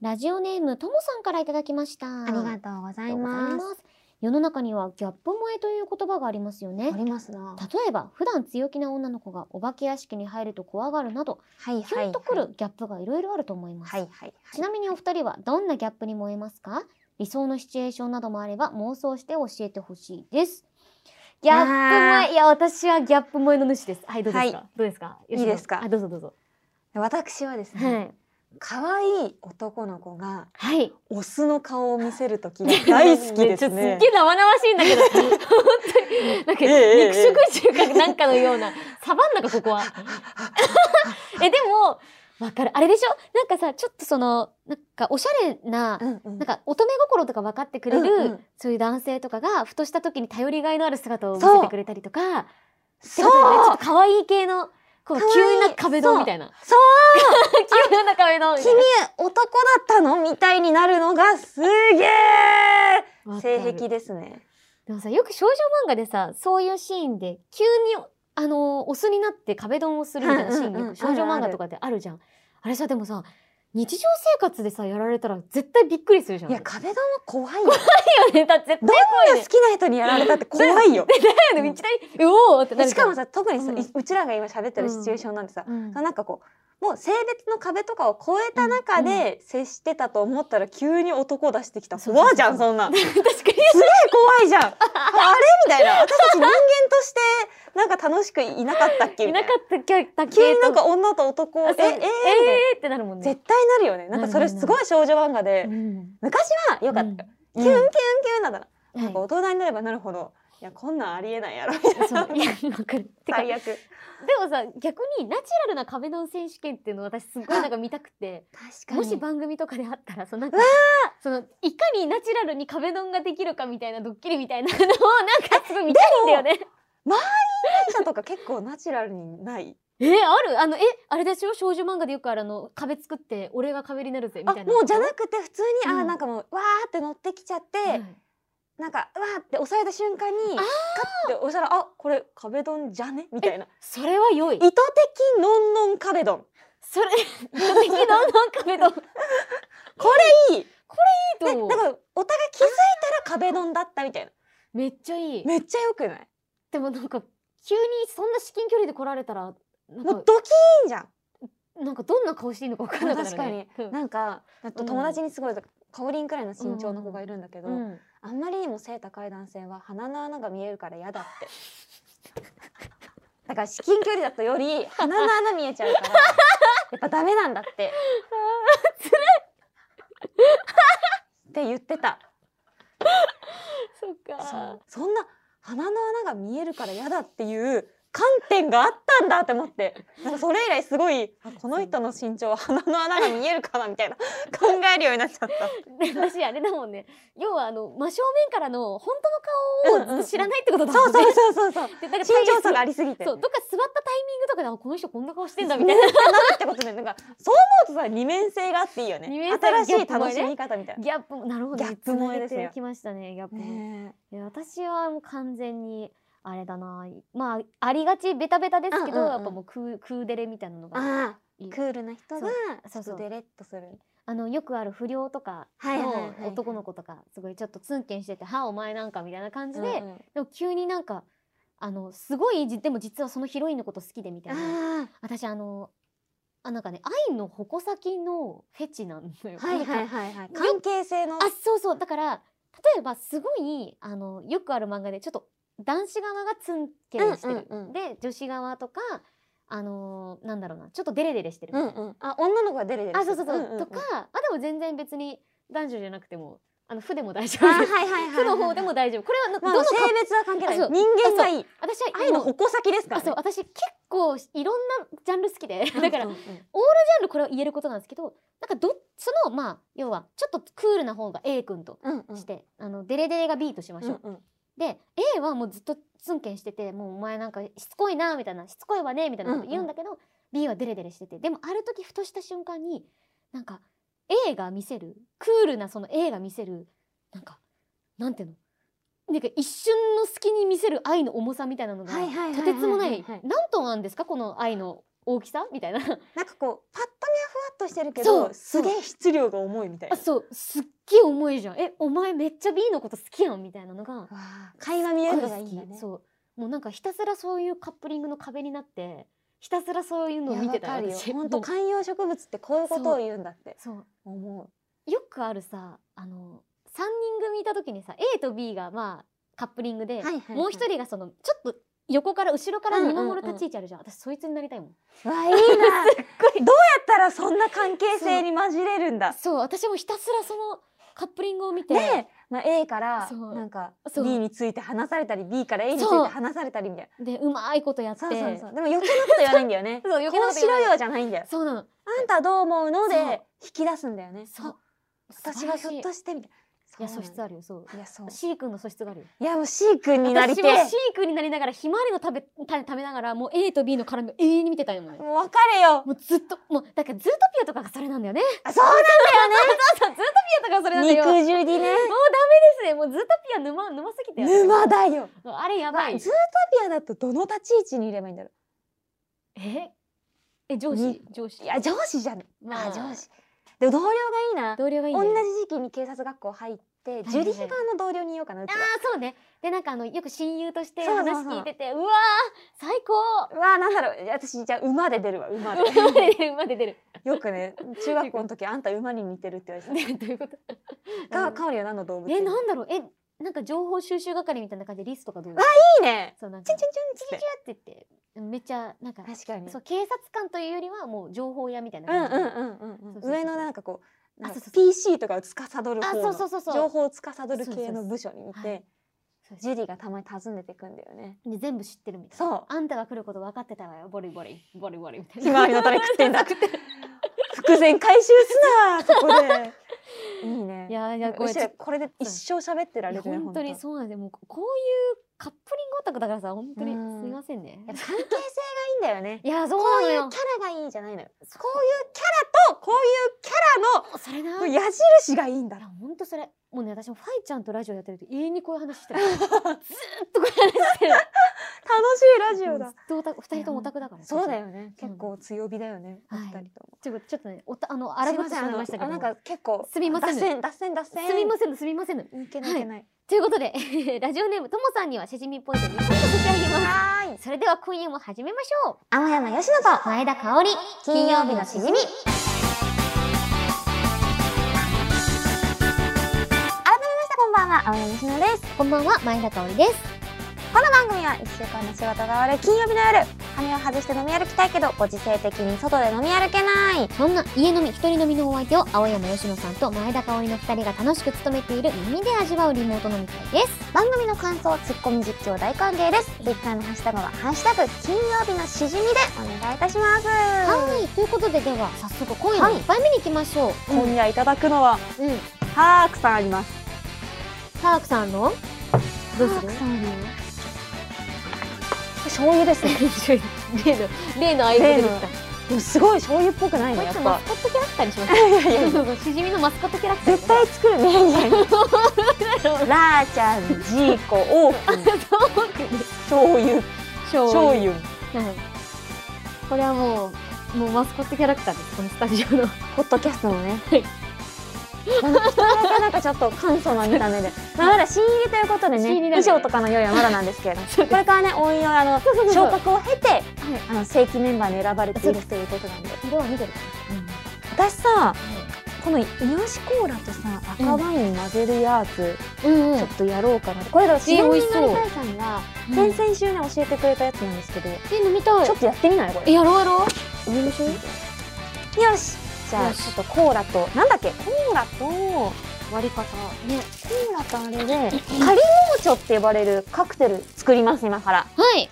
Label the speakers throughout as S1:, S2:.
S1: ラジオネームともさんからいただきました。
S2: ありがとうござい
S1: ありがとうござ
S2: ま
S1: い
S2: す。
S1: ます。世の中にはギャップ萌えという言葉がありますよね
S2: あ。りますな。
S1: 例えば普段強気な女の子がお化け屋敷に入ると怖がるなど、
S2: はい
S1: キ
S2: は
S1: ュン
S2: い
S1: とくるギャップがいろいろあると思います、
S2: はいはいはい。
S1: ちなみにお二人はどんなギャップに燃えますか理想のシチュエーションなどもあれば妄想して教えてほしいですギャップ萌
S2: あ
S1: えいや私はギャップ萌えの主ですはいどうですか、
S2: は
S1: どうですか
S2: いいですか
S1: 吉野さんあどうぞどうぞ
S2: 私はです
S1: は
S2: ね、
S1: い
S2: 可愛い男の子が
S1: はい
S2: オスの顔を見せるときが 大好きです
S1: めっちゃすっ
S2: ね
S1: げ。え生々しいんだけ ど本当になんか
S2: えええ
S1: 肉食中かなんかのようなサバンナかここ はえでもわかるあれでしょなんかさちょっとそのなんかおしゃれな、
S2: うんうん
S1: なんか乙女心とか分かってくれる、
S2: うんうん
S1: そういう男性とかがふとした時に頼りがいのある姿を見せてくれたりとかって
S2: そ
S1: こ
S2: う
S1: とだよねちょっと可愛い系のこう
S2: 可愛い
S1: 急な壁ドンみたいな
S2: そう
S1: 急な壁ドンみたい
S2: 君男だったのみたいになるのがすげえ
S1: な
S2: 性癖ですね。
S1: でもさよく少女漫画でさそういうシーンで急にあのオスになって壁ドンをするみたいなシーン、
S2: うんうんうん
S1: よく少女漫画とかってあるじゃん。あれさでもさ日常生活でさやられたら絶対びっくりするじゃん。
S2: いや壁ドンは怖いよ。
S1: いよねだって絶対
S2: どんな好きな人にやられたって怖 いよ。
S1: だよねいきなりうおーってなる
S2: しかも
S1: さ、
S2: さ特にさ、
S1: うん
S2: うちらが今喋ってるシチュエーションなんてさ、
S1: うん
S2: なんかこうもう性別の壁とかを超えた中で接してたと思ったら急に男出してきた
S1: そうそうそう
S2: 怖いじゃんそんな すげ
S1: 確
S2: え
S1: かに
S2: 怖いじゃんあれみたいな私たち人間としてなんか楽しくいなかったっけ
S1: い
S2: み
S1: な
S2: た
S1: か
S2: い
S1: った
S2: な
S1: キャラ
S2: 急になんか女と男ええ
S1: ええ
S2: え
S1: え
S2: みたい
S1: ーってなるもん
S2: な
S1: ね
S2: 絶。対なるよねなんかそれすごい少女漫画で
S1: うん
S2: 昔はよかった、
S1: うん
S2: キュンキュンキュンなんだな,、
S1: うん
S2: なんか
S1: は
S2: 大人になればなるほどいやこんなんありえないやろみた
S1: い
S2: いな
S1: そういやわかる。てか
S2: 最悪
S1: でもさ逆にナチュラルな壁ドン選手権っていうのを私すごいなんか見たくて
S2: 確
S1: もし番組とかであったらそのなんか
S2: うわ
S1: そのいかにナチュラルに壁ドンができるかみたいなドッキリみたいなのをなんかすごい見たいんだよね。
S2: 者とか結構ナチュラルにない。
S1: えあるあのえあれでしょ少女漫画でよくあるあの壁作って俺が壁になるぜみ
S2: あ
S1: たいな。
S2: もうじゃなくて普通に、
S1: うん
S2: あーなんかもうわーって乗ってきちゃって、
S1: はい
S2: なんかうわーって押された瞬間に
S1: あー
S2: カッて押したらあこれ壁ドンじゃねみたいな
S1: それは良い
S2: 意。図的ノンノン壁ドン
S1: それ意図的ななんか 壁ドン
S2: これいいでだ
S1: と
S2: からお互い気づいたら壁ドンだったみたいな
S1: めっちゃいい。
S2: めっちゃよくない
S1: でもなんか急にそんな至近距離で来られたらなん
S2: もう
S1: か
S2: ドキーンじゃん
S1: なんかどんな顔していいのか分からなく
S2: 確
S1: な
S2: か
S1: る
S2: に
S1: ね。うん
S2: なんかあ
S1: う
S2: と
S1: ん
S2: 友達にすごいかおりんくらいの身長の子がいるんだけど、
S1: うん
S2: あんまりにも背高い男性は鼻の穴が見えるから嫌だって。だから至近距離だとより鼻の穴見えちゃうからやっぱダメなんだって。って言ってた。
S1: そっか。
S2: そんな鼻の穴が見えるから嫌だっていう観点があったんだって思ってなんかそれ以来すごいあこの人の身長は鼻の穴が見えるかなみたいな考えるようになっちゃった。
S1: で 私あれだもんね要はあの真正面からの本当の顔を知らないってことだも
S2: そ
S1: ん
S2: う
S1: ね。
S2: そうそうそうそう
S1: でだから
S2: 身長差がありすぎて。
S1: そうどっか座ったタイミングとかであこの人こんな顔してんだみたいな
S2: なるってことでなんか そう思うとさ二面性があっていいよね
S1: 二面性
S2: 新しい
S1: ギャップ萌
S2: 楽
S1: えね
S2: しみ方みたいな、
S1: ギャップもなるほど
S2: ギャップ萌えですよ
S1: 繋げてきましたねギャップ萌え
S2: ね
S1: いや私はもう完全にあれだなまあありがちベタベタですけど、
S2: うんうんうん
S1: やっぱもうクークーデレみたいなの
S2: え、
S1: が
S2: あ
S1: いい
S2: あクールな人
S1: そ
S2: がちょ
S1: う
S2: っ
S1: そう
S2: とデレッとする
S1: あのよくある不良とか
S2: はいはいはいはい
S1: の男の子とかすごいちょっとツンケンしてて「はあお前なんか」みたいな感じで、
S2: うんうん
S1: でも急になんかあのすごいじでも実はそのヒロインのこと好きでみたいな
S2: あ
S1: 私あのあなんかね愛の矛先のフェチなんだよ。
S2: あはいは
S1: ないんか
S2: はいはい関係性の
S1: あそうそうだから例えばすごいあのよくある漫画でちょっと男子側がツンケンしてる、
S2: うんうんうん
S1: で女子側とかあのーなんだろうなちょっとデレデレしてるみ
S2: う
S1: たい
S2: ん
S1: な
S2: うんあ女の子がデレデレ
S1: あそうそうそう、
S2: んんん
S1: とかあでも全然別に男女じゃなくてもあの負でも大丈
S2: あ
S1: 夫
S2: はい
S1: です
S2: はいはいはい
S1: 負の方でも大丈夫これはな
S2: まあ
S1: どの
S2: 性
S1: か
S2: 別は関係ない
S1: あそう
S2: 人間がいい
S1: 私は
S2: 愛の矛先ですから、
S1: あ
S2: ね、
S1: そう私結構いろんなジャンル好きでだ からジャ
S2: う
S1: ン
S2: んうんうん
S1: ルこれは言えることなんですけどなんかどそのまあ要はちょっとクールな方が A 君と
S2: うんうん
S1: して、あのデレデレが B としましょう、
S2: うんうん
S1: で A はもうずっとツンケンしててもうお前なんかしつこいなみたいなしつこいわねみたいなこと言うんだけど、B はデレデレしててでもある時ふとした瞬間になんか A が見せるクールなその A が見せるなんかなんていうのなんか一瞬の隙に見せる愛の重さみたいなのが
S2: はいはいはいはい
S1: とてつもない
S2: はい
S1: 何トンあるんですかこの愛の大きさみたいな
S2: なんかこうパッと見はふわっとしてるけ
S1: そ
S2: ど
S1: う
S2: すげえ質量が重いみたい
S1: あ
S2: な
S1: そうすっげえ重いじゃんえお前めっちゃ B のこと好きやんみたいなのが
S2: わあ会話見えるのがいいんだね
S1: そうもうなんかひたすらそういうカップリングの壁になってひたすらそういうのを見てた
S2: いやわかる
S1: 私
S2: よ本当
S1: もう
S2: 観葉植物ってこういうことを言うんだって
S1: そう
S2: 思う
S1: よくあるさあの3人組いた時にさ A と B がまあカップリングで、
S2: いはいはい
S1: もう一人がそのちょっと横から後ろから見守る立ち位置あるじゃん,、私そいつになりたいもん
S2: うわいい などうやったらそんな関係性に混じれるんだ
S1: そう私もひたすらそのカップリングを見て、
S2: で、まあ、A から
S1: そう
S2: なんか
S1: そう
S2: B について話されたり B から A について
S1: そう
S2: 話されたりみたいな
S1: でうまいことやって
S2: そうそうそうでも余計なこと言わないんだよね
S1: そう余
S2: 気
S1: 計な
S2: の
S1: こと
S2: し
S1: 言わ
S2: ろ
S1: ない
S2: よじゃないんだよ
S1: そうなの
S2: あんたはどう思うの
S1: そう
S2: で引き出すんだよね
S1: そう
S2: あ私がひょっと
S1: し
S2: してみたい
S1: いや
S2: な
S1: 素質あるよそう
S2: るいやそう
S1: C 君の素質があるよ
S2: いやもう C 君になりて
S1: 私も C 君になりながらひまわりの食べた食べながらもう A と B の絡みを永遠に見てたよね
S2: もう別 れよ
S1: もうずっともうだからズートピアとかがそれなんだよね
S2: あそう
S1: そうそうズートピアとかがそれ
S2: な
S1: なんんだ
S2: だ
S1: よもう
S2: 肉汁にね
S1: ですねもうズートピア沼沼すぎて
S2: 沼だよ
S1: あれやばい
S2: ズートピアだとどの立ち位置にいればいいんだろ
S1: ええ上司
S2: に
S1: 上司
S2: ういや上司じゃん、
S1: まあ
S2: あ上司でも同僚がいいな
S1: 同僚がいい
S2: 同
S1: ね
S2: じ時期に警察学校入って
S1: いはい
S2: ジュリヒバーの同僚にいようかなうち
S1: あ
S2: は
S1: ーそうねでなんかあのよく親友として
S2: そうそうそう
S1: 話聞いててうわー最高
S2: うわあなんだろういや私じゃあ馬で出るわ馬 で
S1: 馬で出る馬で出る
S2: よくね中学校の時あんた馬に似てるって言われて
S1: ね どういう こと
S2: た
S1: う
S2: か
S1: ん
S2: かおりは何の動物
S1: え
S2: い
S1: なんだろうえなんか情報収集係みたいな感じでリスとかどう
S2: いね
S1: そうなんか
S2: チュンチュン
S1: チ
S2: チュンっつ
S1: ュ
S2: っ
S1: チュって言ってめっちゃなんか
S2: て確かに
S1: そう警察官というよりはもう情報屋みたいな
S2: う
S1: 感
S2: ん
S1: じ
S2: う
S1: で、
S2: んうんうん
S1: そうそううんそう
S2: 上のなんかこうなんか
S1: あそうそう
S2: PC とかを司る
S1: あ
S2: 方
S1: そうそう
S2: の
S1: そうそう
S2: 情報を司る
S1: そうそう
S2: 系
S1: そ
S2: の
S1: う
S2: 部署にい
S1: は
S2: て
S1: そう
S2: ジュリがたまに訪ねてくんだよね
S1: で全部知ってるみたいな
S2: そう
S1: あんたが来ること分かってたわよボリボリボリボリみたいな
S2: ひまわりの種食ってんだ 伏線回収すなこ こでいいね
S1: いやい
S2: いや
S1: やこれ
S2: うち
S1: ちょ
S2: ら
S1: っと
S2: これで一生喋ってら
S1: い
S2: れ
S1: や
S2: るね
S1: 本当に
S2: 本
S1: そうなんですよもうこういうカップリングオタクだからさ本当にす
S2: うん
S1: みませんね
S2: 当やっぱ関係性がいいんだよね
S1: いやそう
S2: こ
S1: な
S2: う
S1: の
S2: い
S1: よ
S2: うキャラがいいじゃないのよ
S1: そ
S2: こういうキャラとこういうキャ
S1: うそれな
S2: ラの
S1: い
S2: 矢印がいいんだ
S1: や本当それもうね私もファイちゃんとラジオやってると永遠にこういう話 してるずーっとこういう話してる
S2: 楽しいラジオ
S1: うん
S2: だ
S1: ずっとオタク二人ともオタクだから
S2: そうだよね
S1: そう
S2: 結構強火だよねお
S1: はい
S2: 二人とも
S1: ちょっとちょっとねおたあの荒ぶってしまいましたけ
S2: あ
S1: ど
S2: のあなんか結構
S1: すみません
S2: 脱線脱線脱線
S1: すみませんすみません
S2: いけないいけない
S1: ということで ラジオネームともさんにはしじみポイント2ポイント差し上げます
S2: はーい
S1: それでは今夜も始めましょう
S2: 青山よしのと
S1: 前田香織金曜日のしじみ
S2: 改めましてこんばんは青山よしのです
S1: こんばんは前田香織です
S2: この番組は1週間の仕事が終わる金曜日の夜髪を外して飲み歩きたいけどご時世的に外で飲み歩けない
S1: そんな家飲み一人飲みのお相手を青山佳乃さんと前田香織の2人が楽しく務めている耳で味わうリモート飲み会です
S2: 番組の感想ツッコミ実況大歓迎です Twitter のハッシュタグは「ハッシュタグ金曜日のしじみ」でお願いいたします
S1: はいということででは早速今夜の一杯目に行きましょう、
S2: 今夜いただくのは
S1: うんうん
S2: ハークさんあります
S1: パークさんのどうする
S2: ん醤油ですね
S1: 例の例のアイドルでした
S2: でもすごい醤油っぽくないね
S1: こい
S2: やっ
S1: つ
S2: ぱ
S1: マスコットキャラクターにしま
S2: いやいや
S1: したしじみのマスコットキャラクター
S2: 絶対作るねラーちゃんジーコオープン醤油醤
S1: 醤油は
S2: 油
S1: いこれはもうもうマスコットキャラクターですこのスタジオの
S2: ポッドキャストのね
S1: はい
S2: なんか一人だけなんかちょっと簡素な見た目で、まあ、まだ新入りということでね
S1: 新入りなんで
S2: 衣装とかの用意はまだなんですけ れども
S1: そうです
S2: これからね音用あの
S1: そうそうそう
S2: 昇格を経てあの正規メンバーに選ばれているということなんで
S1: 色は緑
S2: 私さこのイワシコーラとさ赤ワイン混ぜるやつ、
S1: うんうん
S2: ちょっとやろうかなこれだ自然
S1: えー美味し
S2: にな
S1: そう
S2: りたいさんが
S1: 全
S2: 先
S1: 然
S2: 々週ね教えてくれたやつなんですけど、
S1: 飲みたい
S2: ちょっとやってみないこれ
S1: やろうやろう飲みましょう
S2: よしじゃ
S1: よ
S2: あ
S1: し
S2: ちょっとコーラとなんだっけコーラと
S1: 割り方ね
S2: コーラとあれでカリモーチョって呼ばれるカクテル作ります今から
S1: はい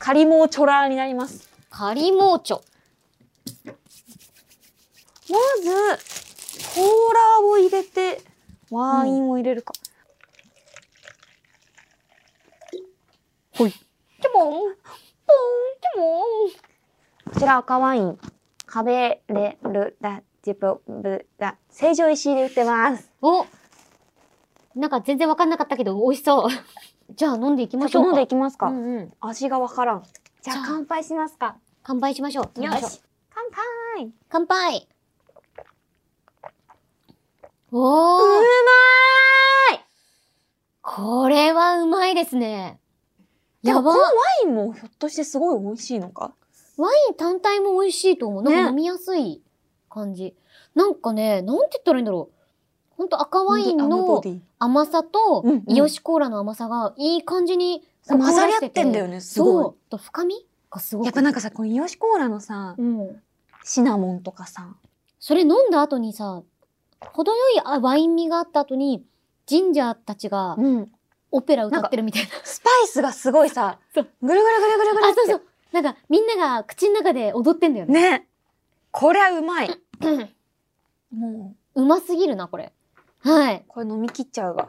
S2: カリモーチョラーになります
S1: カリモーチョ
S2: まずコーラを入れてワインを入れるか、
S1: ほい
S2: チョボンポンチョボンこちら赤ワインカベレルダジプブダ成城石井で売ってます
S1: おなんか全然わかんなかったけど美味しそうじゃあ飲んでいきまし
S2: ちょ
S1: ょ
S2: っ
S1: う
S2: と
S1: か
S2: 飲んでいきますか、
S1: うんうん
S2: 味がわからんじゃあ
S1: じゃあ
S2: 乾杯しますか
S1: 乾杯しましょう。
S2: よ
S1: 乾杯しょう
S2: し。乾杯
S1: 乾杯お
S2: う
S1: ー
S2: まーい
S1: これはうまいですね。
S2: で
S1: や
S2: も
S1: ば
S2: こ
S1: ワ
S2: のワインもひょっとしてすごい美味しいのか
S1: イン単体も美味しいと思う。なん
S2: ね
S1: か飲みやすい感じ。なんかね、なんて言ったらいいんだろう。ほんと赤ワイン
S2: アーモンド
S1: の
S2: ディ
S1: 甘さと
S2: うんうん、
S1: イオシコーラの甘さがいい感じにこう
S2: 混ざり合ってんだ
S1: よ。
S2: よねすごい
S1: そう。と深みがすご
S2: やっ
S1: く
S2: ぱ。なんかさこのイヨシコーラのさ
S1: うん。
S2: シナモンとかさ
S1: それ飲んだ後にさ、程よいあワイン味があった後に、ジンジャーたちが
S2: うん
S1: オペラ歌ってるみたいな。
S2: スパイスがすごいさぐ
S1: そ
S2: る
S1: う
S2: ぐるぐるぐるぐる
S1: あ、そう
S2: って
S1: そう。なんか、みんなが口の中で踊ってんだよね。
S2: ねこりゃうまいも う
S1: うますぎるな、これ。はい。
S2: これ飲み切っちゃうわ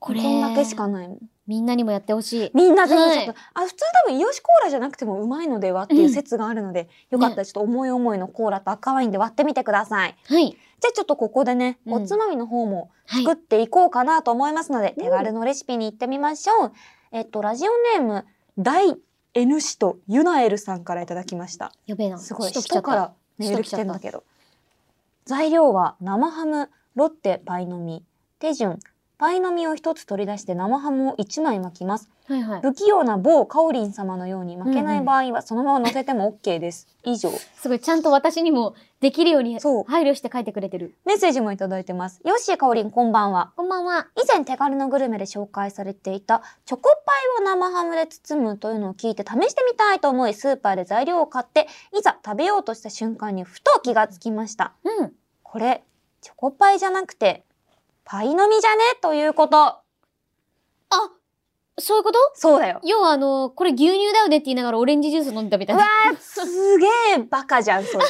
S1: これ、
S2: んだけしかないもん
S1: みんなにもやってほしい。
S2: みんなぜ
S1: は
S2: ひ
S1: い
S2: ちょっと、あ普通多分イヨシコーラじゃなくてもうまいのではっていう説があるので、
S1: うん
S2: よかったらちょっと思い思いのコーラと赤ワインで割ってみてください
S1: はい。
S2: じゃあちょっとここでね、
S1: うん
S2: おつまみの方も
S1: はい
S2: 作っ。ていこうかなと思いますので、
S1: うん
S2: 手軽のレシピに行ってみましょう。えっと、ラジオネーム、大 N 氏とユナエルさんからいただきました。
S1: やべえな。
S2: すごい、
S1: ちょっと来ちゃ
S2: 人
S1: った
S2: からメール来てんだけど。材料は生ハム、ロッテ、パイの実。手順、パイの実を一つ取り出して生ハムを一枚巻きます。
S1: はいはい。
S2: 不器用な某カオリン様のように巻けない場合はそのまま乗せても OK です。以上。
S1: すごい、ちゃんと私にもできるように
S2: そう
S1: 配慮して書いてくれてる。
S2: メッセージもいただいてます。よっしーカオリン、こんばんは。
S1: こんばんは。
S2: 以前手軽のグルメで紹介されていたチョコパイを生ハムで包むというのを聞いて試してみたいと思いスーパーで材料を買っていざ食べようとした瞬間にふと気がつきました
S1: うん。
S2: これチョコパイじゃなくてパイの実じゃねということ
S1: あそういうこと
S2: そうだよ
S1: 要はあの、これ牛乳だよねって言いながらオレンジジュース飲んでたみ
S2: う
S1: たい
S2: わ
S1: な。
S2: ーすげえバカじゃ んそれ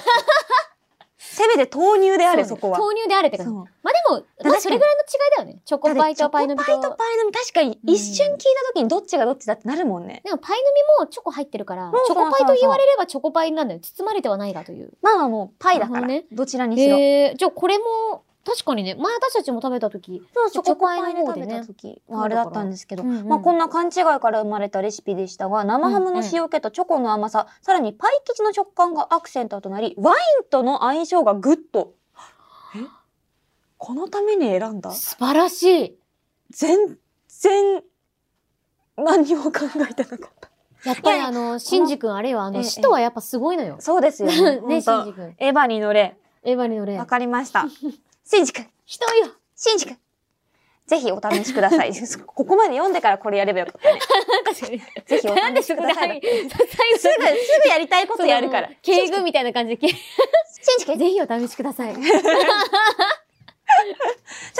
S2: せめて豆乳であれそ,、
S1: うね
S2: こは
S1: 豆乳であれって感じ。
S2: そう
S1: まあでも、ま
S2: 確か
S1: あ
S2: に
S1: それぐらいの違いだよね。チョコパイとパイの実
S2: だってチョコパイと
S1: と。
S2: パイの実確かに一瞬聞いた時にどっちがどっちだってなるもんね、
S1: でもパイの実もチョコ入ってるから
S2: そう、
S1: チ
S2: そう
S1: ョ
S2: そう
S1: コパイと言われればチョコパイなんだよ。包まれてはないがという。
S2: まあまあもうパイだか
S1: な
S2: ら
S1: るほどね
S2: どちらにしろ、
S1: へえ、じゃあこれも、確かにね、前私たちも食べた時
S2: そう
S1: チ
S2: チ
S1: ョ
S2: ョ
S1: コ
S2: コ
S1: パ
S2: パ
S1: イ
S2: イ
S1: の方
S2: の方
S1: で
S2: で
S1: ね
S2: ねまああれだったんですけど、
S1: うんうん
S2: まあ、こんな勘違いから生まれたレシピでしたが生ハムの塩気とチョコの甘さ、さらにパイ生地の食感がアクセントとなりワインとの相性がグッとえこのために選んだ
S1: 素晴らしい。
S2: 全然何にも考えてなかった
S1: やっぱ
S2: い
S1: り
S2: や
S1: あの、シンジ君あれよ、あ
S2: え
S1: の、
S2: え
S1: 使徒はやっぱすごいのよ。
S2: そうですよ
S1: ね、
S2: ね
S1: シン
S2: 本
S1: ジ君。
S2: 当エヴァに乗れ
S1: エヴァにの例
S2: わ。かりました シンジ君
S1: 人よ
S2: シンジ君ぜひお試しくだ さいここまで読んでからこれやればよかったね
S1: 確かに。
S2: ぜひ お
S1: なんで
S2: 試
S1: そ
S2: し
S1: こ
S2: く
S1: で、
S2: だ
S1: は
S2: さい
S1: い。最
S2: すぐ、すぐやりたいことやる から。
S1: 敬具みたいな感じで、ぜ
S2: 信じて、ちょっ
S1: ひお試しくだ さい。
S2: と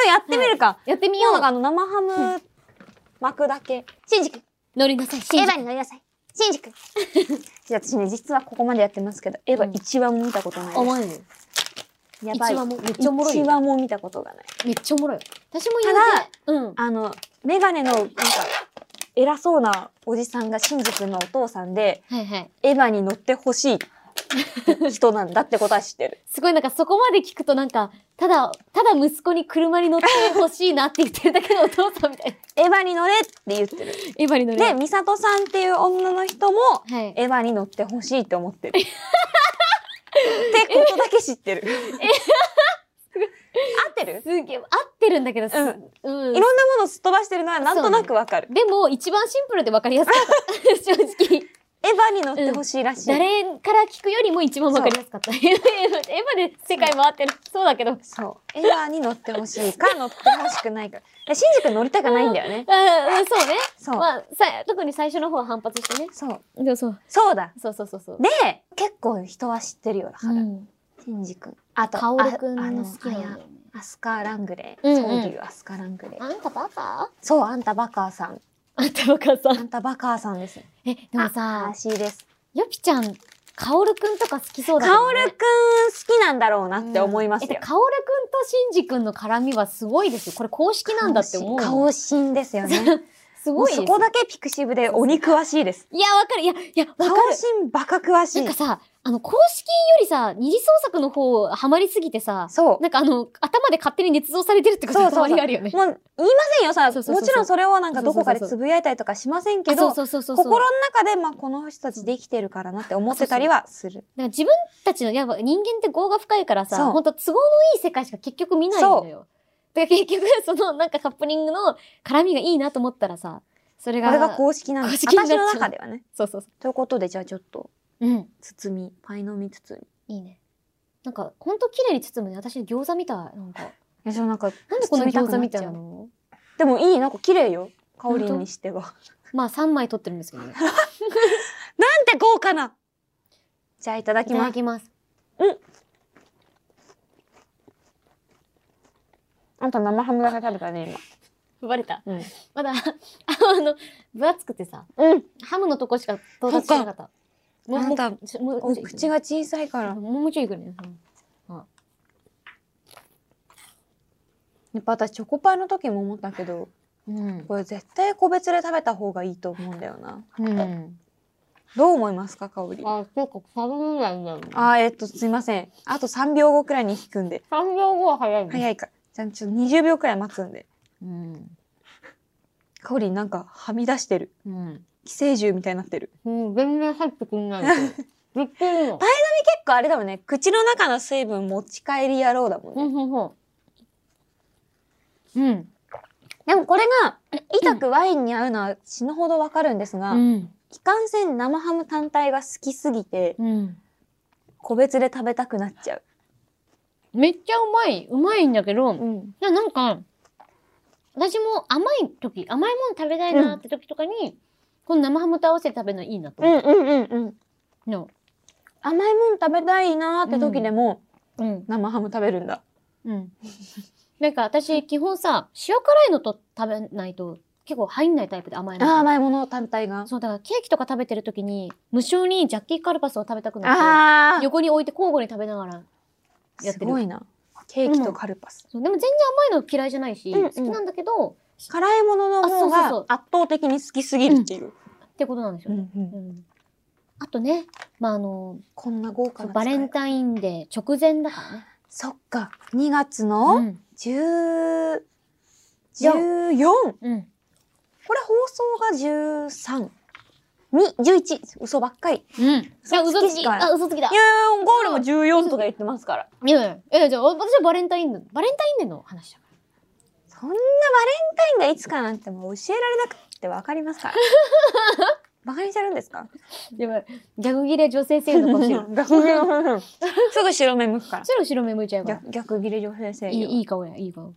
S2: やってみるか。
S1: やってみよ
S2: 今のが
S1: う。
S2: あの生ハム巻くだけ。信じて、
S1: 乗りなさい、
S2: エ
S1: シ
S2: ヴ
S1: ンジ
S2: ァに。乗りなさい。信 じて。じゃあ私ね、実はここまでやってますけど、エヴ
S1: うん
S2: ァ一話も見たことない
S1: お
S2: で
S1: 前よ。
S2: す。やば
S1: 一
S2: い
S1: 話。もめっちゃおもろい
S2: 一
S1: よ。
S2: 話も見たことがない。
S1: めっちゃおもろいよ。私も言うて、
S2: あの、メガネの、なんか、偉そうなおじさんがシンジ君のお父さんで、
S1: うん。はいはい。
S2: エヴァに乗ってほしい人なんだってことは知ってる。
S1: すごいなんかそこまで聞くとなんか、ただ、ただ息子に車に乗ってほしいなって言ってるだけのお父さんみたいな。
S2: エヴァに乗れって言ってる。
S1: エヴァに乗れ。
S2: で、ミサトさんっていう女の人も、
S1: はい。
S2: エヴァに乗ってほしいって思って る。ってことだけ知ってる。合ってる
S1: すげえ合ってるんだけど、す
S2: うん
S1: う
S2: いろん
S1: ん
S2: なものをすっ飛ばしてるのはなんとなくわかる。
S1: でも一番シンプルで分かりやすかった正 直
S2: エヴァに乗ってほしいらしい。
S1: 誰から聞くよりも一番分かりやすかったエヴァで世界回ってるそうだけどあ
S2: そう。エヴァに乗ってほしいか、乗ってほしくないか。でシンジ君乗りたくないんだよね。
S1: ーそうね
S2: そう。
S1: まあさ特に最初の方は反発してね
S2: そう。
S1: でもそう
S2: そうだ。
S1: そうそうそうそう
S2: で、結構人は知ってるよ、だか
S1: う
S2: ら。
S1: ん、
S2: シンジ君。あと、
S1: カオルくん
S2: ああ
S1: の
S2: の
S1: 好きなんだよね
S2: アスカーラングレ
S1: う
S2: ー。
S1: んう
S2: そ
S1: ん
S2: ういうアスカーラングレー。
S1: あんたバカ
S2: そう、あんたバカーさん。
S1: あんたバカさ
S2: あ
S1: ん
S2: んたバカーさんです。
S1: えでもさ
S2: らしいです。
S1: よぴちゃんカオルくんとか好きそうだけ
S2: カ
S1: ど
S2: オ
S1: ね、
S2: ルくん好きなんだろうなって思います
S1: うんえ
S2: よ
S1: っ。とカオルくんとシンジくんの絡みはすごいですよこれ公式なんだって思うの
S2: 顔シンですよね。
S1: す
S2: も
S1: ご
S2: う
S1: いです
S2: そこだけピクシブで鬼詳しいです。
S1: いや、わかる。いや、いや、わかる
S2: 顔。シンバカ詳し
S1: なん
S2: い
S1: か。さ、あの、公式よりさ、二次創作の方、ハマりすぎてさ、
S2: そう
S1: なんかあの、頭で勝手に捏造されてるってこと
S2: そ
S1: が
S2: うそう
S1: た
S2: そう
S1: まにあるよね。
S2: もう言いませんよさ
S1: そうそうそうそう
S2: もちろんそれをなんかどこかでつぶやいたりとかしませんけ
S1: あそ
S2: ど
S1: うそうそうそうそう。
S2: 心の中でまあこの人たちできてるからなって思ってたりはする
S1: だから自分たちの、やっぱ人間って業が深いから
S2: そ
S1: さ、
S2: う
S1: ほんと都合のいい世界しか結局見ないんだよ。だから結局、そのなんかカップリングの絡みがいいなと思ったらさ、それ
S2: こ
S1: が、
S2: れが公式なんです
S1: 公式になっ
S2: 私
S1: ちゃう
S2: の中ではね
S1: そうそうそ
S2: ということでじゃあちょっと
S1: う。うん。
S2: 包みパイの実包み
S1: いいね。なんか、ほんと綺麗に包むね。私餃子みたい。なんか、
S2: いやじゃあなんか
S1: なんでこの
S2: 包みた
S1: 餃
S2: く
S1: 子
S2: なっ
S1: み
S2: ち
S1: た
S2: ゃ
S1: いうなの
S2: でもいいなんか綺麗よ香り
S1: 本当
S2: にしてはなん
S1: まあ3枚取ってるんですけどね。 い
S2: て豪華なじゃあいただき
S1: た
S2: ま
S1: だ
S2: す
S1: きます。
S2: あんた生ハムだけ食べたね
S1: バレた。
S2: 今
S1: まだ、あの、分厚くてさ、
S2: うん、うん、
S1: ハムのとこしか到達してなかった。もう
S2: あんた
S1: もうちょもう
S2: お
S1: ちょいくね
S2: 口が小さいから
S1: もうもうちょいいくね。うん
S2: やっぱ私チョコパイの時も思ったけど
S1: うん。
S2: これ絶対個別で食べた方がいいと思うんだよな
S1: うん。
S2: どう思いますか香り
S1: あ、結構寒いなんだよね。
S2: あーえっとすいませんあと3秒後くらいに引くんで
S1: 3秒後は早いね。
S2: 早いかじゃあちょっと20秒くらい待つんで
S1: うん。
S2: 香りなんかはみ出してる
S1: うん。
S2: 寄生獣みたいになってる
S1: うん、全然入ってくんないんだ よ。びっくりの。
S2: 結構あれだもんね口の中の水分持ち帰り野郎だもんね、
S1: うん、ほんほん。うん。
S2: でもこれが痛くワインに合うのは死ぬほどわかるんですが、
S1: うん。
S2: いかんせん生ハム単体が好きすぎて
S1: うん。
S2: 個別で食べたくなっちゃう、
S1: めっちゃうまい。うまいんだけど、
S2: ん、
S1: いやなんか私も甘い時甘いもの食べたいなって時とかに、この生ハムと合わせて食べるのいいなと
S2: うん
S1: 思っ
S2: うんうんうん
S1: たの、
S2: 甘いもん食べたいなーって時でも
S1: うん
S2: 生ハム食べるんだ、
S1: うん、なんか私基本さ塩辛いのと食べないと結構入んないタイプで甘い
S2: あー
S1: の
S2: 甘いもの単体が
S1: そうだからケーキとか食べてる時に無性にジャッキーカルパスを食べたくなっ
S2: あ
S1: て横に置いて交互に食べながらやっ
S2: す
S1: てる
S2: ごいなケーキとカルパス、
S1: そうでも全然甘いの嫌いじゃないし、
S2: うんう
S1: 好
S2: ん
S1: きなんだけど
S2: 辛いものの方
S1: あそうそうそう
S2: が圧倒的に好きすぎるっていう、
S1: ってことなんですよ、
S2: うんうん
S1: うんあとねまああの
S2: こんな豪
S1: そ
S2: 華
S1: う
S2: な
S1: バレン
S2: イン
S1: タインデー直前だからね
S2: そっか2月の
S1: ん
S2: 1014、14こ
S1: うん、
S2: れ放送が1311嘘ばっかりい
S1: うん。じゃあ、
S2: 嘘
S1: 嘘
S2: つ
S1: つ
S2: き
S1: き。あ、嘘つきだ。い
S2: やーゴールも14とか言ってますから
S1: やいや、いやじゃあ、私はバレンタインの、バレンタインデーの話だか。
S2: そんなバレンタインがいつかなんてもう教えられなくってわかりますから バカにしてるんですから
S1: やばい。ギャグ切れ女性声優の顔 してる。
S2: すぐ白目向くから
S1: 白後ろ目向いちゃうから。
S2: 逆逆切れ女性声
S1: い
S2: 優
S1: い、いい顔や、いい顔。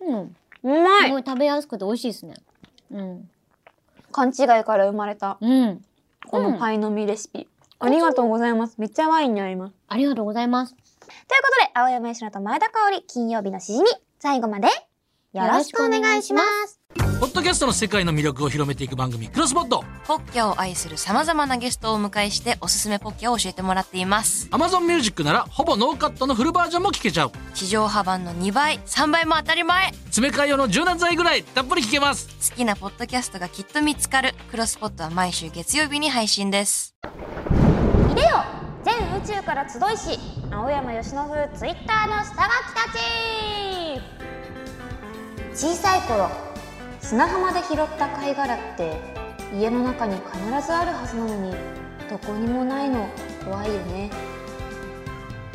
S1: うん。
S2: うますい
S1: ごい食べやすくて美味しいですね。うん。
S2: 勘違いから生まれた
S1: うん。
S2: このパイの実レシピ、ありがとうございますめっちゃワインに合います
S1: ありがとうございます。
S2: ということで青山吉乃と前田香織金曜日のしじみ最後までよろしくお願いします
S3: ポッドキャストの世界の魅力を広めていく番組、クロスポッド。
S4: ポッキャを愛する様々なゲストをお迎えしておすすめポッキャを教えてもらっています。
S3: Amazon Music なら、ほぼノーカットのフルバージョンも聞けちゃう。
S4: 地上波版の2倍、3倍も当たり前好
S3: 詰め替え用の柔軟剤ぐらい、たっぷり聞けます。
S4: きなポッドキャストがきっと見つかる。クロスポットは毎週月曜日に配信です。
S2: いでよ全宇宙から集いし青山吉乃風ツイッターの下書きたち小さい頃砂浜で拾った貝殻って家の中に必ずあるはずなのにどこにもないの怖いよね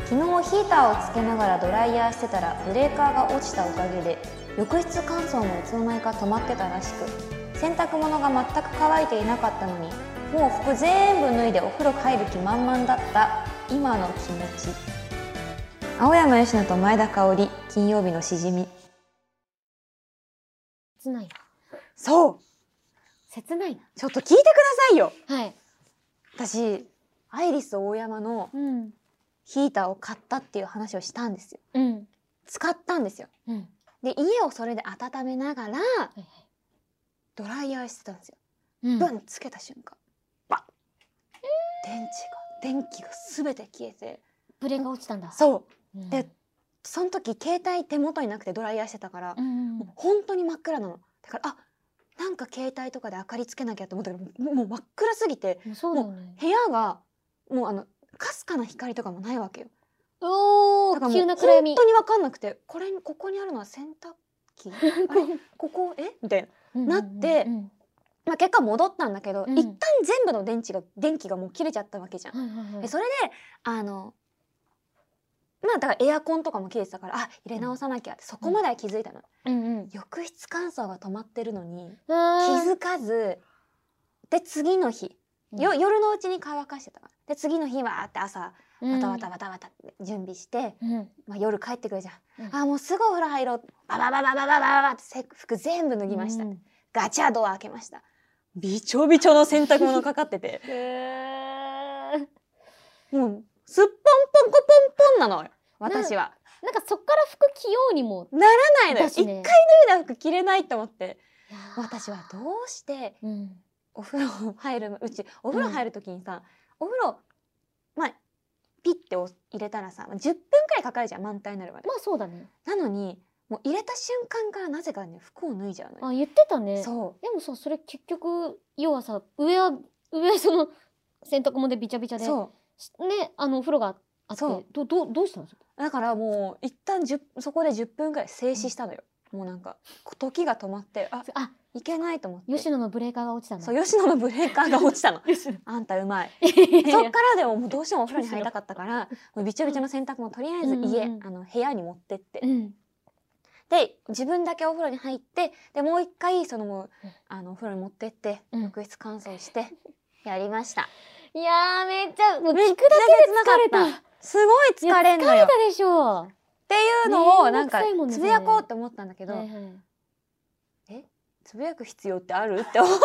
S2: 昨日ヒーターをつけながらドライヤーしてたらブレーカーが落ちたおかげで浴室乾燥もいつの間にか止まってたらしく洗濯物が全く乾いていなかったのにもう服全部脱いでお風呂帰る気満々だった今の気持ち青山佳乃と前田香織金曜日のしじみ
S1: 切ないな。
S2: そう
S1: 切ないな。
S2: ちょっと聞いてくださいよ
S1: はい。
S2: 私アイリス大山の
S1: うん。
S2: ヒーターを買ったっていう話をしたんですよ
S1: うん。
S2: 使ったんですよ
S1: うん。はい
S2: で家をそれで温めながら
S1: はい。
S2: ドライヤーしてたんですよ
S1: うん。
S2: ブンつけた瞬間バッ電池が電気が全て消えて
S1: ブレが落ちたんだ。
S2: そう
S1: うん。
S2: でその時携帯手元になくてドライヤーしてたから
S1: う、ん。
S2: 本当に真っ暗なのだからあなんか携帯とかで明かりつけなきゃって思ったけどもうもう真っ暗すぎて
S1: もうそうだよね。
S2: 部屋がもうあのかすかな光とかもないわけよ
S1: お
S2: だか
S1: ー
S2: らもう
S1: 急な暗闇
S2: 本当に分かんなくてこれにここにあるのは洗濯 機あれここえみたいな、なって
S1: うんうん
S2: まあ、結果戻ったんだけど、
S1: うん
S2: 一旦全部の電池が電気がもう切れちゃったわけじゃん、
S1: うんはいはいはい
S2: でそれであのまあだからエアコンとかも切れてたからあ入れ直さなきゃってそこまでは気づいたの、
S1: うんうん
S2: 浴室乾燥が止まってるのに
S1: 気
S2: 気づかずで次の日よ夜のうちに乾かしてたからで次の日はって朝わたわたわたわたって準備して、
S1: うん
S2: まあ、夜帰ってくるじゃん、
S1: うん
S2: あもうすぐお風呂入ろうバババババババババってせ服全部脱ぎました、
S1: うん
S2: ガチャドア開けましたびちょびちょの洗濯物かかってて
S1: へー
S2: もうすっぽんぽんこぽんぽんなのよ私は
S1: なんかそっから服着ようにも
S2: ないのよ
S1: だ
S2: 一、
S1: しね
S2: 回脱いだ服着れないと思って私はどうして
S1: うん
S2: お風呂入るうちお風呂入る時にさ、お風呂まあピッて押す入れたらさ10分くらいかかるじゃん満タンになるまで
S1: まあそうだね
S2: なのにもう入れた瞬間からなぜかね服を脱いじゃうのよ
S1: あ言ってたね
S2: そ
S1: でもさそれ結局要はさ上は上はその洗濯物でびちゃびちゃ
S2: う
S1: で
S2: そ
S1: しねあのお風呂があって
S2: そう
S1: どどどうしたの
S2: うだからもう一旦10そこで10分くらい静止したのよ、もうなんか時が止まってあ
S1: あ
S2: いけないと思って
S1: 吉野のブレーカーが落ちたんだ
S2: そう吉野のブレーカーが落ちたの
S1: 吉野
S2: あんたうまいそ
S1: そ
S2: っからでももうどうしてもお風呂に入りたかっ たからもうびちょびちょの洗濯もとりあえず
S1: う
S2: 家、
S1: んうんうん
S2: あの部屋に持ってって、
S1: うん
S2: で自分だけお風呂に入ってでもう一回そのもう
S1: うん
S2: あのお風呂に持ってって、
S1: うん
S2: 浴室乾燥して やりました
S1: いやーめっちゃもう聞くだけで疲れ
S2: め
S1: た
S2: っちゃ切なかったすごい疲れんの
S1: 疲
S2: よ
S1: れ
S2: った
S1: でしょう
S2: ていうのを
S1: ねえ
S2: なんか
S1: めんどくさいもんね
S2: つぶやこうって思ったんだけど、
S1: はいはい
S2: つぶやく必要ってあるって思っ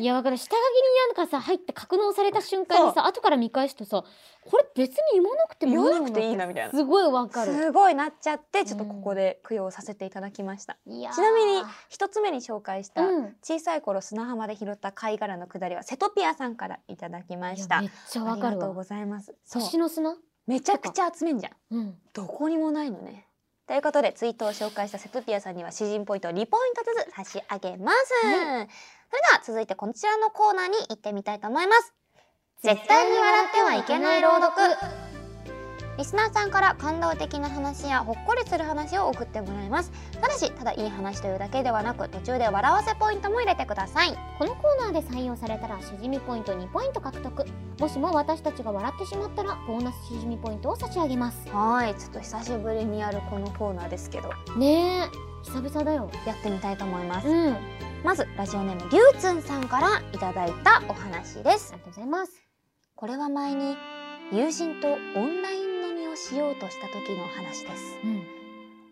S1: いやわかる下書きになんかさ入って格納された瞬間にさ後から見返すとさこれ別に言わなくて
S2: て
S1: もいい
S2: 言
S1: よ
S2: わなくていいなみたいな
S1: すごいわかる
S2: すごいなっちゃってちょっとここで供養させていただきました、
S1: いやー
S2: ちなみに一つ目に紹介した
S1: うん
S2: 小さい頃砂浜で拾った貝殻のくだりは瀬戸ピアさんからいただきま
S1: い
S2: し
S1: や
S2: た
S1: めっちゃ
S2: あ
S1: わ
S2: り
S1: か
S2: が
S1: る
S2: とうご
S1: わ
S2: ざいますそう
S1: 星の砂
S2: めちゃくちゃ集めんじゃん
S1: うん
S2: どこにもないのね。ということでツイートを紹介したセトピアさんには詩人ポイントを2ポイントずつ差し上げます。
S1: はい
S2: それでは続いてこちらのコーナーに行ってみたいと思います。絶対に笑ってはいけない朗読。リスナーさんから感動的な話やほっこりする話を送ってもらいます。ただしただいい話というだけではなく途中で笑わせポイントも入れてください。
S1: このコーナーで採用されたらしじみポイント2ポイント獲得もしも私たちが笑ってしまったらボーナスしじみポイントを差し上げます
S2: はい、ちょっと久しぶりにやるこのコーナーですけど
S1: ねえ久々だよ
S2: やってみたいと思います。
S1: うんあり
S2: まずラジオネームりゅうつんさんからいただいたお話です
S1: がとうございます
S2: これは前に友人とオンライン飲みをしようとした時の話です
S1: うん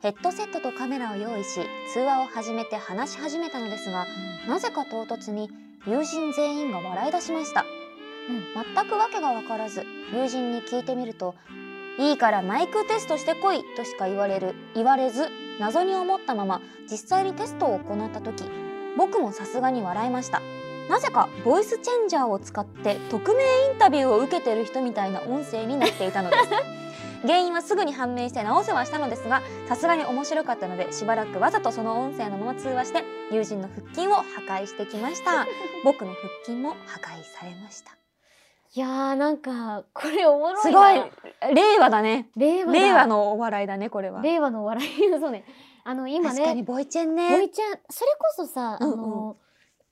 S2: ヘッドセットとカメラを用意し通話を始めて話し始めたのですがなぜか唐突に友人全員が笑い出しました、全く訳が分からず友人に聞いてみるといいからマイクテストしてこいとしか言われる言われず謎に思ったまま実際にテストを行った時僕もさすがに笑いましたなぜかボイスチェンジャーを使って匿名インタビューを受けてる人みたいな音声になっていたのです原因はすぐに判明して直せはしたのですがさすがに面白かったのでしばらくわざとその音声のまま通話して友人の腹筋を破壊してきました 僕の腹筋も破壊されました
S1: いやーなんかこれおもろいな
S2: すごい令和だね
S1: 令和だ
S2: 令和のお笑いだねこれは、
S1: 令和の笑いそうねあの今
S2: 確
S1: ね
S2: かにボイチェン
S1: ボ
S2: ね
S1: イちゃんそれこそさ、
S2: うんうん
S1: あの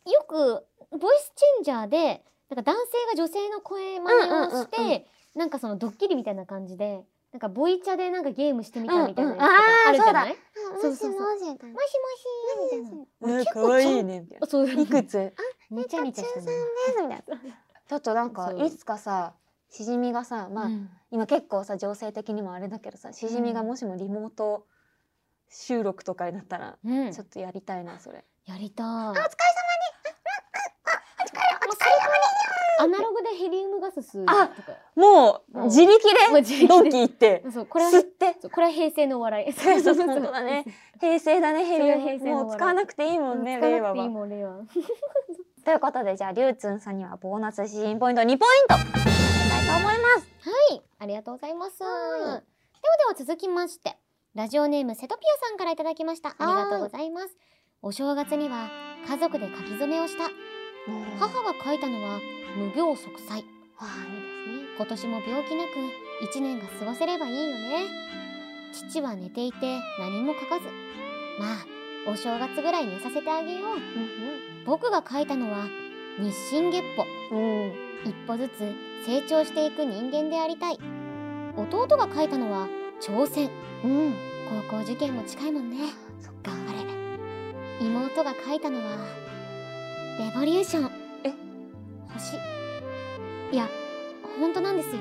S1: よくボイスチェンジャーでなんか男性が女性の声真似をして、
S2: うんうんうん
S1: なんかそのドッキリみたいな感じでなんかボイチャでなんかゲームしてみたみたいなやつと
S2: うんうん
S1: かあるじゃない、
S2: そ
S1: そうう
S2: そ
S1: そうう
S2: そ
S1: そううもしもしみたいな
S2: かわいいねみたい
S1: そういうの
S2: つ
S1: めちゃめちゃしてるね
S2: みたいなちょっとなんか
S1: そう
S2: いつかさしじみがさまあ、
S1: うん
S2: 今結構さ情勢的にもあれだけどさしじみがもしもリモート収録とかになったら、
S1: うん
S2: ちょっとやりたいなそれ
S1: やりたいお疲れ様にアナログでヘリウムガス吸うとか
S2: も
S1: う
S2: う自
S1: もう
S2: 力
S1: 自
S2: で
S1: 力で
S2: ドンキ行って
S1: そうこれは
S2: 吸って
S1: そうこれは平成のお笑い
S2: そうそう本当だね平成だね
S1: れは
S2: 平
S1: 平
S2: 成
S1: 成の
S2: もう使わなくていいもんね令和
S1: 使わなくていい
S2: は。
S1: もん令和
S2: ということでじゃありゅうつんさんにはボーナスシーンポイント2ポイントいただきたいと思います。
S1: はい、ありがとうございます。ではでは続きまして、ラジオネームセトピアさんからいただきました。ありがとうございます。お正月には家族で書き初めをした。
S2: は
S1: 母が書いたのは無病息災。
S2: あいいですね。
S1: 今年も病気なく一年が過ごせればいいよね父は寝ていて何も書かずまあお正月ぐらい寝させてあげよう僕が書いたのは日進月歩
S2: うん
S1: 一歩ずつ成長していく人間でありたい弟が書いたのは挑戦
S2: うんうん
S1: 高校受験も近いもんね
S2: そっか
S1: 頑張れ妹が書いたのはレボリューション
S2: え
S1: 星いや本当なんですよ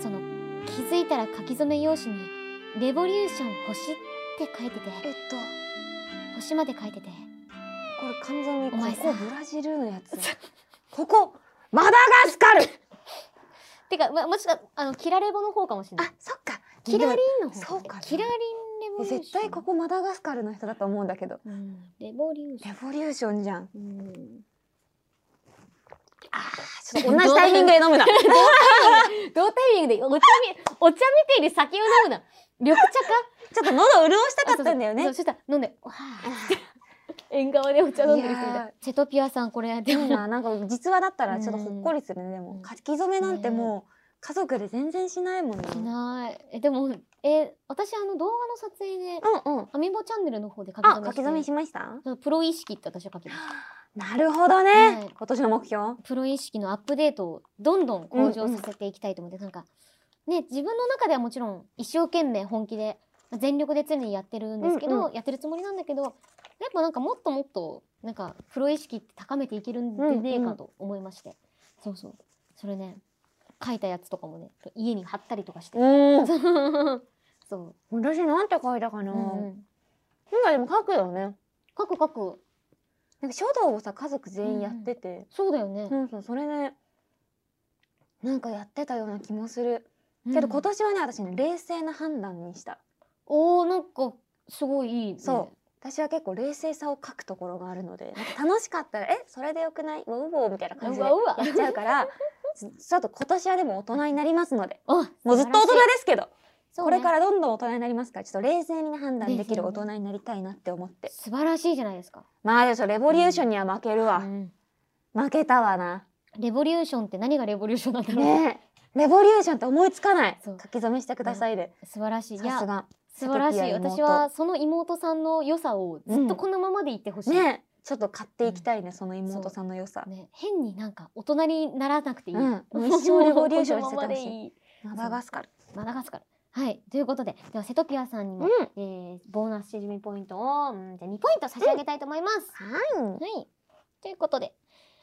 S1: その気づいたら書き初め用紙に「レボリューション星」って書いてて
S2: えっと
S1: 星まで書いてて
S2: これ完全に
S1: お前
S2: こ
S1: さ
S2: こブラジルのやつここマダガスカ ル
S1: てかまもしかあのキラレボの方かもしれない
S2: あそっか
S1: キラリンの方
S2: そうかな
S1: キラリンレボリューション
S2: 絶対ここマダガスカルの人だと思うんだけど
S1: うんレボリューション
S2: レボリューションじゃん
S1: うん
S2: ちょっと同じタイミングで飲むな
S1: 同タイミングでお茶みお茶みてえで酒を飲むな緑茶か
S2: ちょっと喉潤したかったんだよ
S1: あそ
S2: ね
S1: うそうそうそしたら飲んで、わあ、縁側でお茶飲んでる人み
S2: い
S1: た
S2: や
S1: い。チェトピアさんこれで
S2: でも
S1: も
S2: ななんか実話だったらちょっとほっこりするねで
S1: う
S2: も
S1: ん
S2: 書き初めなんてもう家族で全然しないもんね
S1: しない。えでもえ私あの動画の撮影で
S2: うんうん
S1: アメボチャンネルの方で書き
S2: あ
S1: 初めし
S2: 書き
S1: て
S2: 初めしました
S1: そうプロ意識って私は書きました。
S2: なるほどね、
S1: はい
S2: 今年の目標
S1: プロ意識のアップデートをどんどん向上させていきたいと思って、なんかね自分の中ではもちろん一生懸命本気で全力で常にやってるんですけど、
S2: うん
S1: やってるつもりなんだけどやっぱなんかもっともっとなんかプロ意識って高めていけるんでねえかと思いまして、そうそうそれね書いたやつとかもね家に貼ったりとか して、
S2: うん
S1: そ
S2: 私なんて書いたかな、
S1: う、うんうん
S2: なんかでも書くよね
S1: 書く書く
S2: なんか書道をさ家族全員やってて、
S1: そうだよね、
S2: そうそうそれねなんかやってたような気もする、
S1: うん
S2: けど今年はね私ね冷静な判断にした
S1: おーなんかすごいいいね
S2: そう私は結構冷静さを書くところがあるのでなんか楽しかったら「えそれでよくないわうぼう」みたいな感じ
S1: う
S2: で
S1: わ
S2: や
S1: うわ
S2: っちゃうから ちちょっと今年はでも大人になりますので
S1: あ
S2: もうずっと大人ですけど、
S1: そう
S2: こ
S1: ね
S2: れからどんどん大人になりますからちょっと冷静に判断できる大
S1: 冷静
S2: 人
S1: に
S2: になりたいなって思って
S1: 素晴らしいじゃないですか、
S2: まあでしょレボリューションには負けるわ、
S1: うん
S2: 負けたわな
S1: レボリューションって何がレボリューションなんだろう、
S2: ねえレボリューションって思いつかない
S1: そう
S2: 書き初めしてくださいで
S1: 素晴らしいい
S2: さす
S1: や
S2: が
S1: 素晴らし
S2: セ
S1: い
S2: トピア妹
S1: 私はその妹さんの良さをずっとこのままでいってほしい、
S2: ねえちょっと買っていきたいね、その妹さんの良さ
S1: ね変になんか大人にならなく ていい、
S2: うんもう一生レボリューションしててほしい
S1: このままでい
S2: マダガスカル
S1: マダガスカルはいということでではセトピアさんにも、
S2: うん
S1: えーボーナスしじみポイントを、うん、じゃあ2ポイント差し上げたいと思います、
S2: は
S1: はいということで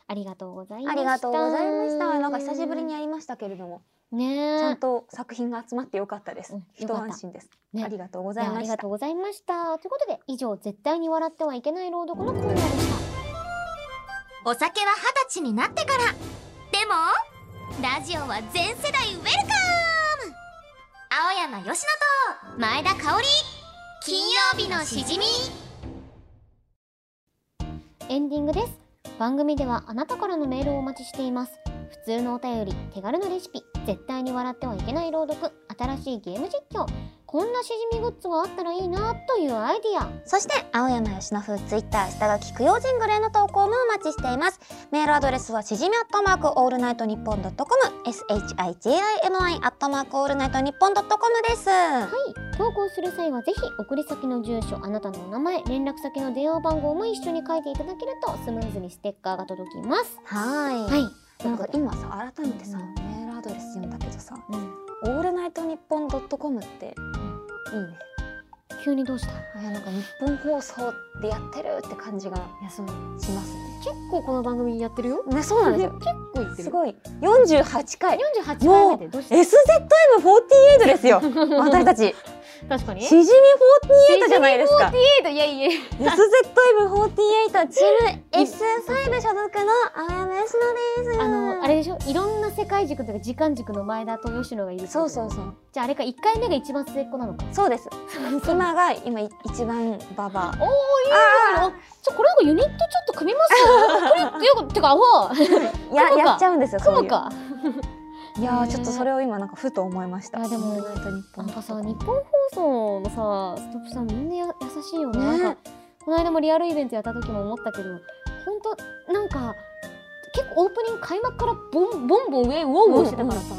S1: ありがとうございま
S2: いあ
S1: した
S2: りがとうございましたなんか久しぶりにやりましたけれどもちゃ
S1: ね
S2: んと作品が集まってよかったです、
S1: うん
S2: 一安心です、
S1: ね
S2: ありがとうご
S1: じ
S2: ざい
S1: ゃああ
S2: ま
S1: り
S2: し
S1: が
S2: た
S1: とうございましたということで以上絶対に笑ってはいけない朗読のコーナーでした
S5: お酒は二十歳になってからでもラジオは全世代ウェルカム青山佳乃と前田香織金曜日のしじみ
S1: エンディングです番組ではあなたからのメールをお待ちしています普通のお便り手軽なレシピ絶対に笑ってはいけない朗読新しいゲーム実況こんなしじみグッズがあったらいいなというアイディア
S2: そして青山由伸ツイッター下書き供養ジングルへの投稿もお待ちしていますメールアドレスはしじみアットマークオールナイトニッポンドットコム SHIJIMI アットマークオールナイトニッポンドットコムです
S1: はい投稿する際はぜひ送り先の住所あなたのお名前連絡先の電話番号も一緒に書いていただけるとスムーズにステッカーが届きます
S2: はい
S1: はい
S2: なんか今さ改めてさ、
S1: うん
S2: メールアドレス読んだけどさ
S1: うん
S2: オールナイトニッポンドットコムっていいね
S1: 急にどうした
S2: いやなんか日本放送でやってるって感じが
S1: いやそう
S2: します
S1: 結構この番組やってるよ
S2: ねねそうなんです よ
S1: 結構言って
S2: す
S1: る
S2: ごい48回
S1: 48回目でどうした
S2: SZM48 です よ 私たち
S1: 確かに
S2: しじみ48じゃないですか
S1: 48いやいや
S2: SZM48 チーム S5 所属の青山佳乃です
S1: あのあれでしょいろんな世界軸というか時間軸の前田と吉野がいるってこと
S2: そうそうそう
S1: じゃああれか1回目が一番末っ子なのか
S2: そうです 今が今い一番ババア
S1: おおいいですちょこれなんかユニットちょっと組みますよこれよくてかあほ
S2: や
S1: 雲か
S2: やっちゃうんですよそう
S1: 雲
S2: いう
S1: か
S2: いや
S1: ね
S2: ーちょっとそれを今なんかふと思いました
S1: いやでも
S2: オールナイトニッポ
S1: な
S2: ン
S1: んかさ日本放送のさストップさんみんなや優しいよね
S2: ね
S1: なんかこの間もリアルイベントやった時も思ったけどほんとなんか結構オープニング開幕からボンボンボン上ウォウウォウしてたからさ、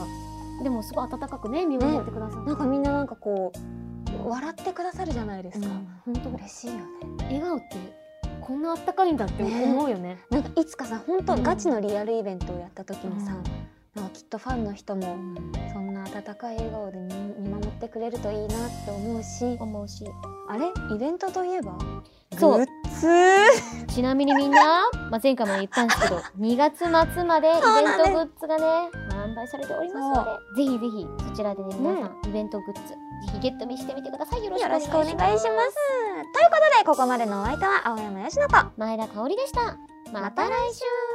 S1: でもすごい温かくね見守ってくださって、
S2: なんかみんななんかこう笑ってくださるじゃないですか、
S1: 本当
S2: 嬉しいよね
S1: 笑顔ってこんな温かいんだって思うよね。
S2: なんかいつかさ本当
S1: うん
S2: ガチのリアルイベントをやった時にさ、
S1: うん
S2: なんかきっとファンの人もそんな温かい笑顔で見見守ってくれるといいなって思うし
S1: 思うし
S2: あれイベントといえば
S1: そう
S2: グッズ
S1: ちなみにみんな、まあ、前回も言ったんですけど2月末までイベン
S2: なんです
S1: トグッズがね販売されておりますのでぜひぜひそちらでね皆さん、イベントグッズぜひゲット見してみてくださいよろしくお
S2: よ
S1: 願
S2: ろ
S1: い
S2: し
S1: し
S2: くお
S1: ます
S2: 願いしますということでここまでのお相手は青山佳乃と
S1: 前田香織でしたまた来週